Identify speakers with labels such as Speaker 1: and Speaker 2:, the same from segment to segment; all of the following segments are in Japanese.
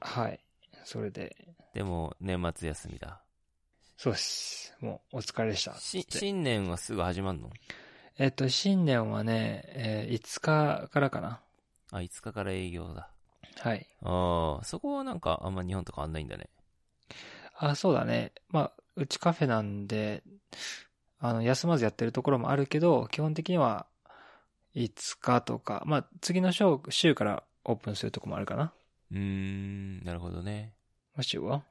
Speaker 1: はい。それで、
Speaker 2: でも、年末休みだ。
Speaker 1: そうです。もう、お疲れでした。
Speaker 2: し、
Speaker 1: つって
Speaker 2: 新年はすぐ始まんの
Speaker 1: えっと、新年はね、えー5日からかな。
Speaker 2: あ、5日から営業だ。
Speaker 1: はい。
Speaker 2: ああ、そこはなんかあんま日本と変わんないんだね。
Speaker 1: あ、そうだね。まあ、うちカフェなんで、あの、休まずやってるところもあるけど、基本的には5日とか、まあ、次の週週からオープンするとこもあるかな。
Speaker 2: うーん、なるほどね。
Speaker 1: もしは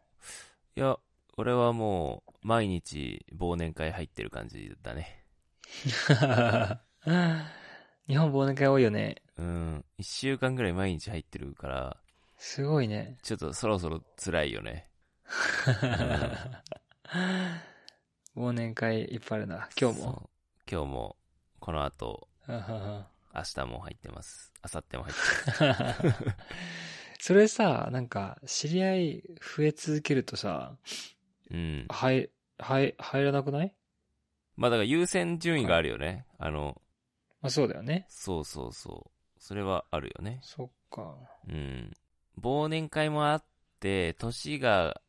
Speaker 1: い
Speaker 2: や、俺はもう、毎日忘年会入ってる感じだね。
Speaker 1: 日本忘年会多いよね。
Speaker 2: うん、1週間ぐらい毎日入ってるから、
Speaker 1: すごい ね。
Speaker 2: ちょっとそろそろ辛いよね。
Speaker 1: 忘年会いっぱいあるな。今日も。
Speaker 2: そう。今日も、この後、
Speaker 1: あはは
Speaker 2: 明日も入ってます。明後日も入ってます。
Speaker 1: それさ、なんか、知り合い増え続けるとさ、
Speaker 2: うん。
Speaker 1: はい、はい、入らなくない
Speaker 2: まあだから優先順位があるよね。あの、
Speaker 1: まあそうだよね。
Speaker 2: そうそうそう。それはあるよね。
Speaker 1: そっか。
Speaker 2: うん。忘年会もあって、年が、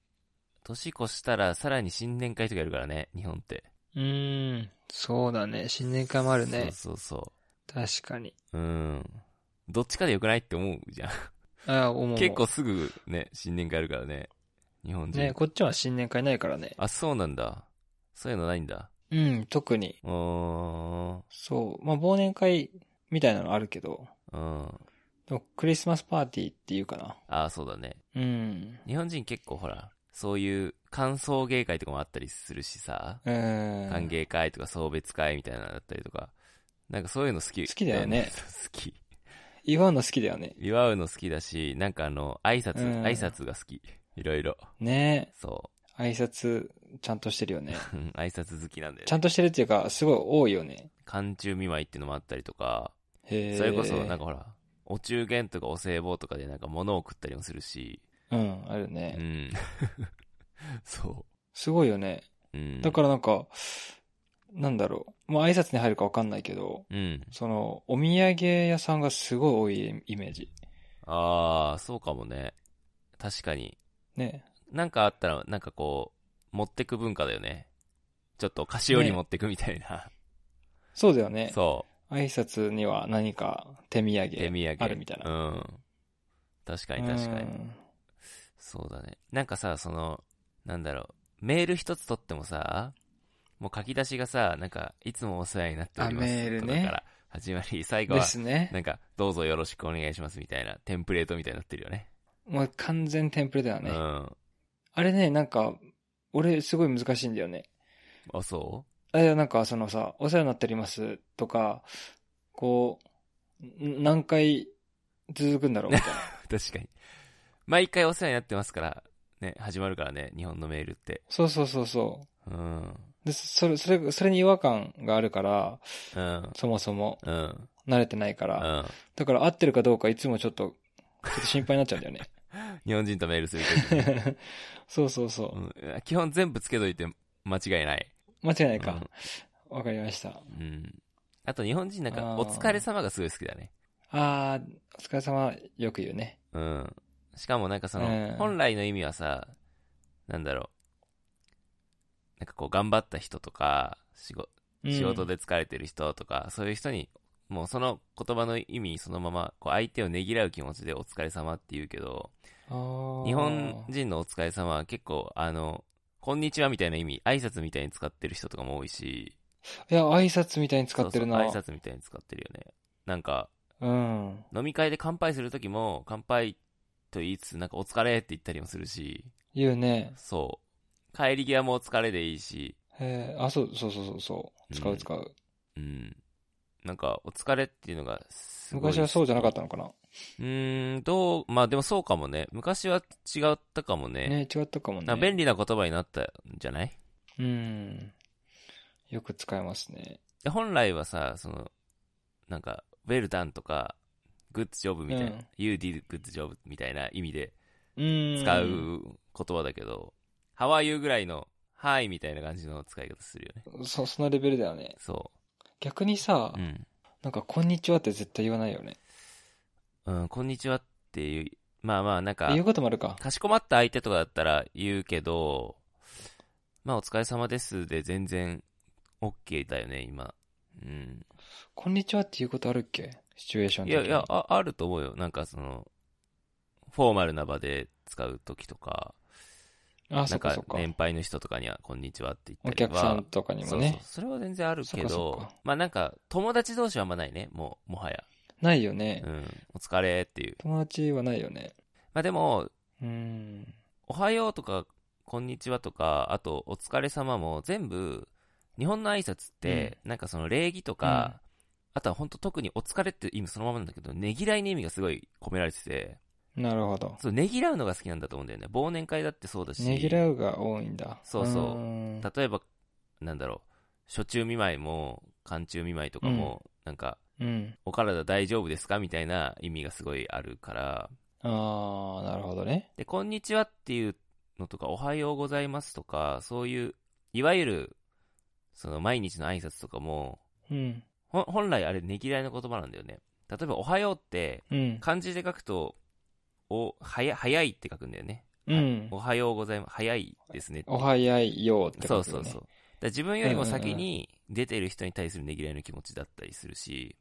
Speaker 2: 年越したらさらに新年会とかやるからね、日本って。
Speaker 1: うーん、そうだね。新年会もあるね。
Speaker 2: そうそう
Speaker 1: 確
Speaker 2: そ
Speaker 1: かに。
Speaker 2: う。うん。どっちかでよくないって思うじゃん。
Speaker 1: あ思う思う。
Speaker 2: 結構すぐね、新年会あるからね。日本人。
Speaker 1: ね、こっちは新年会ないからね。
Speaker 2: あ、そうなんだ。そういうのないんだ。
Speaker 1: うん、特に。
Speaker 2: うーん。
Speaker 1: そう。まあ、忘年会みたいなのあるけど、
Speaker 2: うん。
Speaker 1: でもクリスマスパーティーっていうかな。
Speaker 2: あ、そうだね。
Speaker 1: うん。
Speaker 2: 日本人結構ほら、そういう歓送迎会とかもあったりするしさ。
Speaker 1: うーん。
Speaker 2: 歓迎会とか送別会みたいなのだったりとか、なんかそういうの好き。
Speaker 1: 好きだよね
Speaker 2: 好き。
Speaker 1: 祝うの好きだよね。
Speaker 2: 祝うの好きだし、なんかあの、挨拶
Speaker 1: う、ん
Speaker 2: 挨拶が好き。いろいろ。
Speaker 1: ね
Speaker 2: そ
Speaker 1: 挨拶、ちゃんとしてるよね。
Speaker 2: う。うん 挨拶好きなんだよ
Speaker 1: ちゃ
Speaker 2: ね。
Speaker 1: んとしてるっていうか、すごい多いよね。
Speaker 2: 寒中見舞いっていうのもあったりとか、
Speaker 1: へー
Speaker 2: それこそなんかほら、お中元とかお歳暮とかでなんか物を食ったりもするし、
Speaker 1: うん、ある
Speaker 2: う
Speaker 1: ね。
Speaker 2: ん。 そ
Speaker 1: すごいよね。
Speaker 2: う。うん。
Speaker 1: だからなんか、なんだろう。まあ、挨拶に入るかわかんないけど、
Speaker 2: うん。
Speaker 1: その、お土産屋さんがすごい多いイメージ。
Speaker 2: ああ、そうかもね。確かに。
Speaker 1: ね。
Speaker 2: なんかあったら、なんかこう、持ってく文化だよね。ちょっと菓子折り持ってくみたいな。
Speaker 1: そうだよね。
Speaker 2: そ
Speaker 1: 挨拶には何か手土産
Speaker 2: う。手土産。
Speaker 1: あるみたいな。
Speaker 2: うん。確かに確かに。
Speaker 1: うん
Speaker 2: そうだね。なんかさ、その、なんだろう。メール一つ取ってもさ、もう書き出しがさ、なんか、いつもお世話になっております。
Speaker 1: あメールね
Speaker 2: とかから始まり、最後
Speaker 1: で
Speaker 2: は、
Speaker 1: すね。
Speaker 2: なんか、どうぞよろしくお願いしますみたいな、テンプレートみたいになってるよね。
Speaker 1: もう完全テンプレだよ
Speaker 2: う
Speaker 1: ね。
Speaker 2: ん。
Speaker 1: あれね、なんか、俺すごい難しいんだよね。
Speaker 2: あ、そ
Speaker 1: あれなんかそのさ、お世話になっておりますとか、こう、ん何回続くんだろうみた いな。
Speaker 2: う確かに。毎回お世話になってますから、ね、始まるからね、日本のメールって。
Speaker 1: そうそうそうそう。
Speaker 2: うん。
Speaker 1: で、それ、それ、それに違和感があるから、
Speaker 2: うん。
Speaker 1: そもそも
Speaker 2: うん。
Speaker 1: 慣れてないから、
Speaker 2: うん。
Speaker 1: だから合ってるかどうかいつもちょっと、ちょっと心配になっちゃうんだよ
Speaker 2: 日本人とメールするとき、
Speaker 1: ね。 そうそうそうう。
Speaker 2: ん。基本全部つけといて間違いない。
Speaker 1: 間違いないか。わかりました。
Speaker 2: うん。あと日本人なんか、
Speaker 1: あー
Speaker 2: お疲れ様がすごい好きだね。
Speaker 1: あー、お疲れ様、よく言うね。
Speaker 2: うん。しかもなんかその
Speaker 1: う、ん
Speaker 2: 本来の意味はさ、なんだろう。なんかこう、頑張った人とか、仕事
Speaker 1: うん
Speaker 2: 仕事。で疲れてる人とか、そういう人に、もうその言葉の意味そのまま、こう相手をねぎらう気持ちでお疲れ様って言うけど、
Speaker 1: あー
Speaker 2: 日本人のお疲れ様は結構、あの、こんにちはみたいな意味、挨拶みたいに使ってる人とかも多いし、
Speaker 1: いや、挨拶みたいに使ってるな。
Speaker 2: そうそう挨拶みたいに使ってるよね。なんか、
Speaker 1: うん。
Speaker 2: 飲み会で乾杯するときも、乾杯と言いつつ、なんかお疲れって言ったりもするし、
Speaker 1: 言うね。
Speaker 2: そう。帰り際もお疲れでいいし、
Speaker 1: えー、あ、そう、そうそうそうそう。使
Speaker 2: う
Speaker 1: うん使う。
Speaker 2: うん。なんか、お疲れっていうのがすごい。
Speaker 1: 昔はそうじゃなかったのかな。
Speaker 2: うーん、どう、まあでもそうかもね。昔は違ったかもね。
Speaker 1: ね、違ったかも
Speaker 2: な
Speaker 1: ね。
Speaker 2: んか便利な言葉になったんじゃない
Speaker 1: うん。よく使いますね。
Speaker 2: で本来はさ、その、なんか、ウェルダンとか、グッズジョブみたいな、
Speaker 1: うん
Speaker 2: You did good job みたいな意味で
Speaker 1: うん。
Speaker 2: 使う言葉だけど、How are you ぐらいの、はいみたいな感じの使い方するよね。
Speaker 1: そ、そのレベルだよね。
Speaker 2: そ
Speaker 1: 逆にさ、
Speaker 2: う。うん。
Speaker 1: なんか、こんにちはって絶対言わないよね。
Speaker 2: うん、こんにちはっていうまあまあ、なんか
Speaker 1: 言、うこともあるか。
Speaker 2: かしこまった相手とかだったら言うけど、まあ、お疲れ様ですで全然 OK だよね、今。うん。
Speaker 1: こんにちはって言うことあるっけシチュエーション
Speaker 2: い
Speaker 1: 的に
Speaker 2: やいや、ああると思うよ。なんかその、フォーマルな場で使うときとか、
Speaker 1: あ、
Speaker 2: な
Speaker 1: そっ
Speaker 2: ん
Speaker 1: か
Speaker 2: か
Speaker 1: そっか。
Speaker 2: 年配の人とかにはこんにちはって言った
Speaker 1: お
Speaker 2: りは
Speaker 1: 客さんとかにも
Speaker 2: そう
Speaker 1: ね
Speaker 2: そう。それは全然あるけ
Speaker 1: そっ
Speaker 2: ど
Speaker 1: かそっか
Speaker 2: まあなんか友達同士はあんまないねもうもはや、
Speaker 1: ないよね
Speaker 2: う。ん、お疲れっていう
Speaker 1: 友達はないよね。
Speaker 2: まあでも
Speaker 1: うん。
Speaker 2: おはようとかこんにちはとかあとお疲れ様も全部日本の挨拶って、なんかその礼儀とか、あとは本当特にお疲れって意味そのままなんだけどねぎらいの意味がすごい込められてて
Speaker 1: なるほど。
Speaker 2: そうねぎらうのが好きなんだと思うんだよね忘年会だってそうだし
Speaker 1: ねぎらうが多いんだ。
Speaker 2: そうそう
Speaker 1: うん
Speaker 2: 例えばなんだろう初中見舞いも寒中見舞いとかも、なんか
Speaker 1: うん。
Speaker 2: お体大丈夫ですかみたいな意味がすごいあるから、
Speaker 1: ああ、なるほどね。
Speaker 2: で、こんにちはっていうのとか、おはようございますとか、そういう、いわゆる、その毎日の挨拶とかも、
Speaker 1: うん。
Speaker 2: ほん本来あれねぎらいの言葉なんだよね。例えば、おはようって、
Speaker 1: うん。
Speaker 2: 漢字で書くと、お、はや、早いって書くんだよね。
Speaker 1: うん
Speaker 2: お。はようございます。早いですねって。
Speaker 1: おはやいようって
Speaker 2: そ
Speaker 1: こ
Speaker 2: う
Speaker 1: と
Speaker 2: そう
Speaker 1: ね
Speaker 2: そう。だから自分よりも先に出てる人に対するねぎらいの気持ちだったりするし、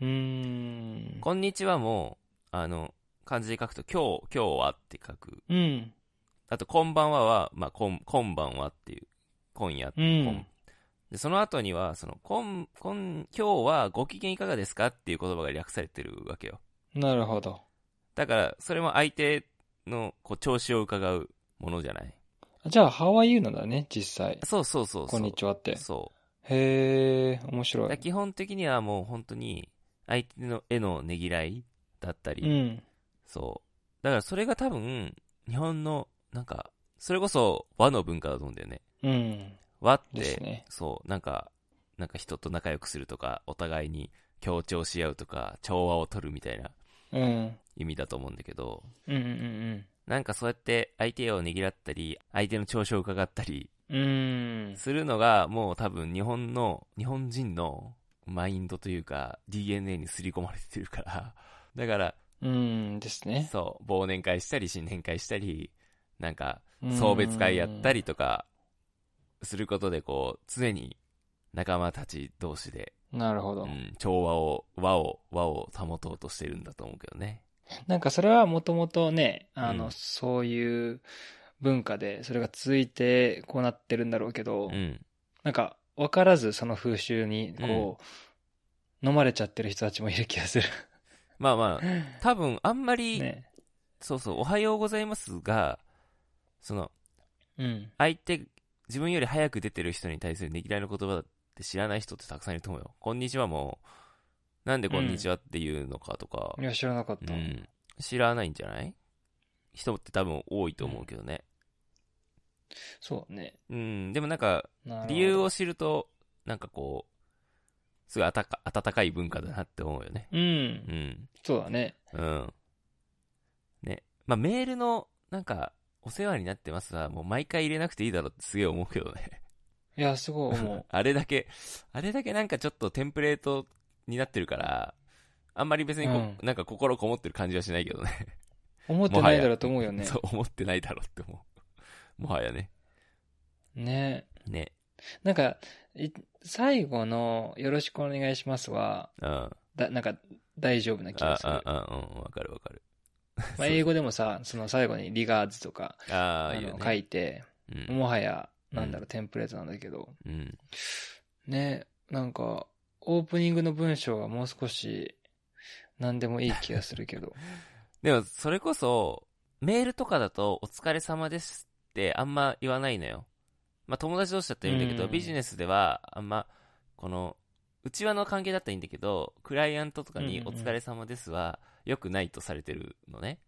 Speaker 1: うーん。
Speaker 2: こんにちはも、あの、漢字で書くと、今日、今日はって書く。
Speaker 1: うん。
Speaker 2: あと、こんばんはは、まあ、こん、こんばんはっていう。今夜、
Speaker 1: う
Speaker 2: こ
Speaker 1: ん
Speaker 2: ん。で、その後には、その、こん、こん、今日はご機嫌いかがですかっていう言葉が略されてるわけよ。
Speaker 1: なるほど。
Speaker 2: だから、それも相手の、こう、調子を伺うものじゃない。
Speaker 1: じゃあ、ハワイユーなんだね、実際。
Speaker 2: そうそうそうそう。
Speaker 1: こんにちはって。
Speaker 2: そ
Speaker 1: へえ、面
Speaker 2: う。
Speaker 1: 白
Speaker 2: だから
Speaker 1: い。
Speaker 2: 基本的にはもう本当に、相手の絵のねぎらいだったり、
Speaker 1: うん。
Speaker 2: そう。だからそれが多分、日本の、なんか、それこそ和の文化だと思うんだよね。
Speaker 1: うん。
Speaker 2: 和っ
Speaker 1: です
Speaker 2: て、
Speaker 1: ね
Speaker 2: そう、なんか、なんか人と仲良くするとか、お互いに協調し合うとか、調和を取るみたいな
Speaker 1: うん。うん
Speaker 2: 意味だと思うんだけど、
Speaker 1: うんうん
Speaker 2: なんかそうやって相手をねぎらったり、相手の調子を伺ったり
Speaker 1: うん。うーん。
Speaker 2: するのが、もう多分日本の、日本人のマインドというか、DNA に刷り込まれてるから、だから、
Speaker 1: うんですね。
Speaker 2: そう、忘年会したり、新年会したり、なんか、送別会やったりとか、することで、こう、常に仲間たち同士で、
Speaker 1: うん。なるほど。
Speaker 2: うん、調和を、和を、和を保とうとしてるんだと思うけどね。
Speaker 1: なんかそれはもともとね、あの、
Speaker 2: うん
Speaker 1: そういう文化で、それが続いてこうなってるんだろうけど、
Speaker 2: うん。
Speaker 1: なんか分からずその風習に、こう、飲まれちゃってる人たちもいる気がする。
Speaker 2: まあまあ、多分、あんまり、
Speaker 1: ね。
Speaker 2: そうそう、おはようございますが、その、
Speaker 1: うん。
Speaker 2: 相手、自分より早く出てる人に対するねぎらいの言葉だって知らない人ってたくさんいると思うよ。こんにちはも、なんでこんにちはっていうのかとか、
Speaker 1: いや、知らなかった。
Speaker 2: うん、知らないんじゃない人って多分多いと思うけどね。
Speaker 1: そうね。
Speaker 2: うん、でもなんか、
Speaker 1: なるほど
Speaker 2: 理由を知ると、なんかこう、すごいあたか温かい文化だなって思うよね。
Speaker 1: う。
Speaker 2: うんん。
Speaker 1: そうだね。
Speaker 2: うん。ね。まあ、メールの、なんか、お世話になってますは、もう毎回入れなくていいだろうってすげえ思うけどね。
Speaker 1: いや、すごい思
Speaker 2: あれだけ、あれだけなんかちょっとテンプレートになってるから、あんまり別にこ、
Speaker 1: うん
Speaker 2: なんか心こもってる感じはしないけどね。
Speaker 1: う。思ってないだろうと思うよね。
Speaker 2: そう、思ってないだろうって思う。もはやね。
Speaker 1: ね。
Speaker 2: ね。
Speaker 1: なんか、い最後の、よろしくお願いしますは、
Speaker 2: うん。あ
Speaker 1: だ、なんか、大丈夫な気が
Speaker 2: あ、
Speaker 1: する
Speaker 2: あ。あ、うん、わかるわかる。
Speaker 1: まあ、
Speaker 2: そう
Speaker 1: 英語でもさ、その最後にリガーズとか、
Speaker 2: あ
Speaker 1: あ
Speaker 2: あ、いいよ
Speaker 1: の書
Speaker 2: ね。
Speaker 1: いて、
Speaker 2: うん。
Speaker 1: もはや、なんだろ
Speaker 2: う
Speaker 1: う、テンプレートなんだけど、
Speaker 2: うん。
Speaker 1: ね、なんか、オープニングの文章がもう少し、何でもいい気がするけど。
Speaker 2: でも、それこそ、メールとかだと、お疲れ様ですってあんま言わないのよ。まあ、友達同士だったらいいんだけど、
Speaker 1: うん
Speaker 2: ビジネスでは、あんま、この、内輪の関係だったらいいんだけど、クライアントとかに
Speaker 1: うん
Speaker 2: お
Speaker 1: うんうん
Speaker 2: 疲れ様ですは、良くないとされてるのね。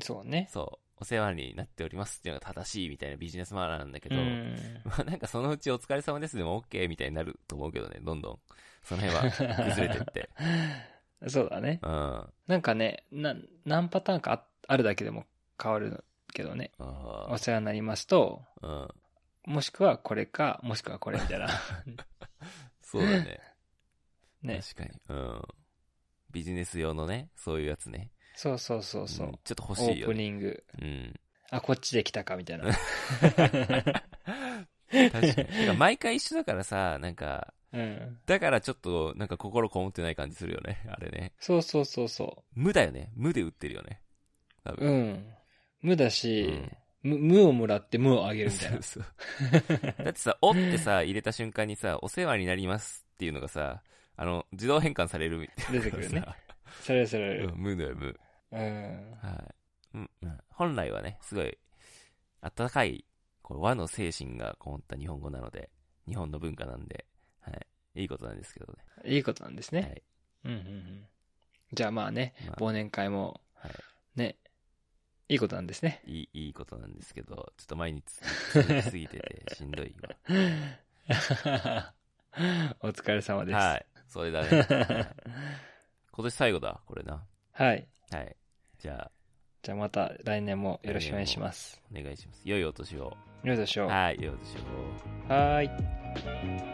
Speaker 1: そうね。
Speaker 2: そう。お世話になっておりますっていうのが正しいみたいなビジネスマナーなんだけ
Speaker 1: う
Speaker 2: ど、
Speaker 1: ん。
Speaker 2: まあなんかそのうちお疲れ様ですでも OK みたいになると思うけどね、どんどん。その辺は 崩れてって。
Speaker 1: そうだね。
Speaker 2: うん。あ
Speaker 1: なんかね、な、何パターンかああるだけでも変わるけどね。お
Speaker 2: あ
Speaker 1: 世話になりますと、
Speaker 2: うん。
Speaker 1: もしくはこれか、もしくはこれみたい な。
Speaker 2: そうだね。
Speaker 1: ね。
Speaker 2: 確かに。うん。ビジネス用のね、そういうやつね。
Speaker 1: そうそうそうそう。
Speaker 2: んちょっと欲
Speaker 1: オ
Speaker 2: しい
Speaker 1: ー
Speaker 2: よ
Speaker 1: プ
Speaker 2: ね。
Speaker 1: ニング。
Speaker 2: うん。
Speaker 1: あ、こっちで来たか、みたい な。
Speaker 2: 確かに。てか毎回一緒だからさ、なんか、
Speaker 1: うん。
Speaker 2: だからちょっと、なんか心こもってない感じするよね。あれね。
Speaker 1: そうそうそうそ
Speaker 2: 無だよね。無で売ってるよね。多
Speaker 1: う。う
Speaker 2: 分。
Speaker 1: ん。無だ
Speaker 2: う
Speaker 1: し、
Speaker 2: ん
Speaker 1: 無無をもらって無をあげるみたい な。
Speaker 2: そうそうだってさ、おってさ、入れた瞬間にさ、お世話になりますっていうのがさ、あの、自動変換されるみたいな。
Speaker 1: 出てくるね。それそれ
Speaker 2: う。ん、無だよ、無。
Speaker 1: うん。
Speaker 2: はい。うん、うん本来はね、すごい、温かい、こう和の精神がこもった日本語なので、日本の文化なんで、はい。いいことなんですけどね。
Speaker 1: いいことなんです
Speaker 2: は
Speaker 1: ね。
Speaker 2: い。
Speaker 1: うんうんうん。じゃあまあね、
Speaker 2: まあ
Speaker 1: 忘年会も
Speaker 2: はい、
Speaker 1: ね、いいことなんです ね。
Speaker 2: いい、いいことなんですけど、ちょっと 毎日続きすぎてて、しんどいわ。
Speaker 1: お疲れ様です。
Speaker 2: はい。それだね。はい今年最後だ、これな。
Speaker 1: はい。
Speaker 2: はい。じゃあ、
Speaker 1: じゃあまた来年もよろしくお願いします。
Speaker 2: お願いします。良いお年を。
Speaker 1: よいしょう。は
Speaker 2: はい、良いお年を。
Speaker 1: ーい。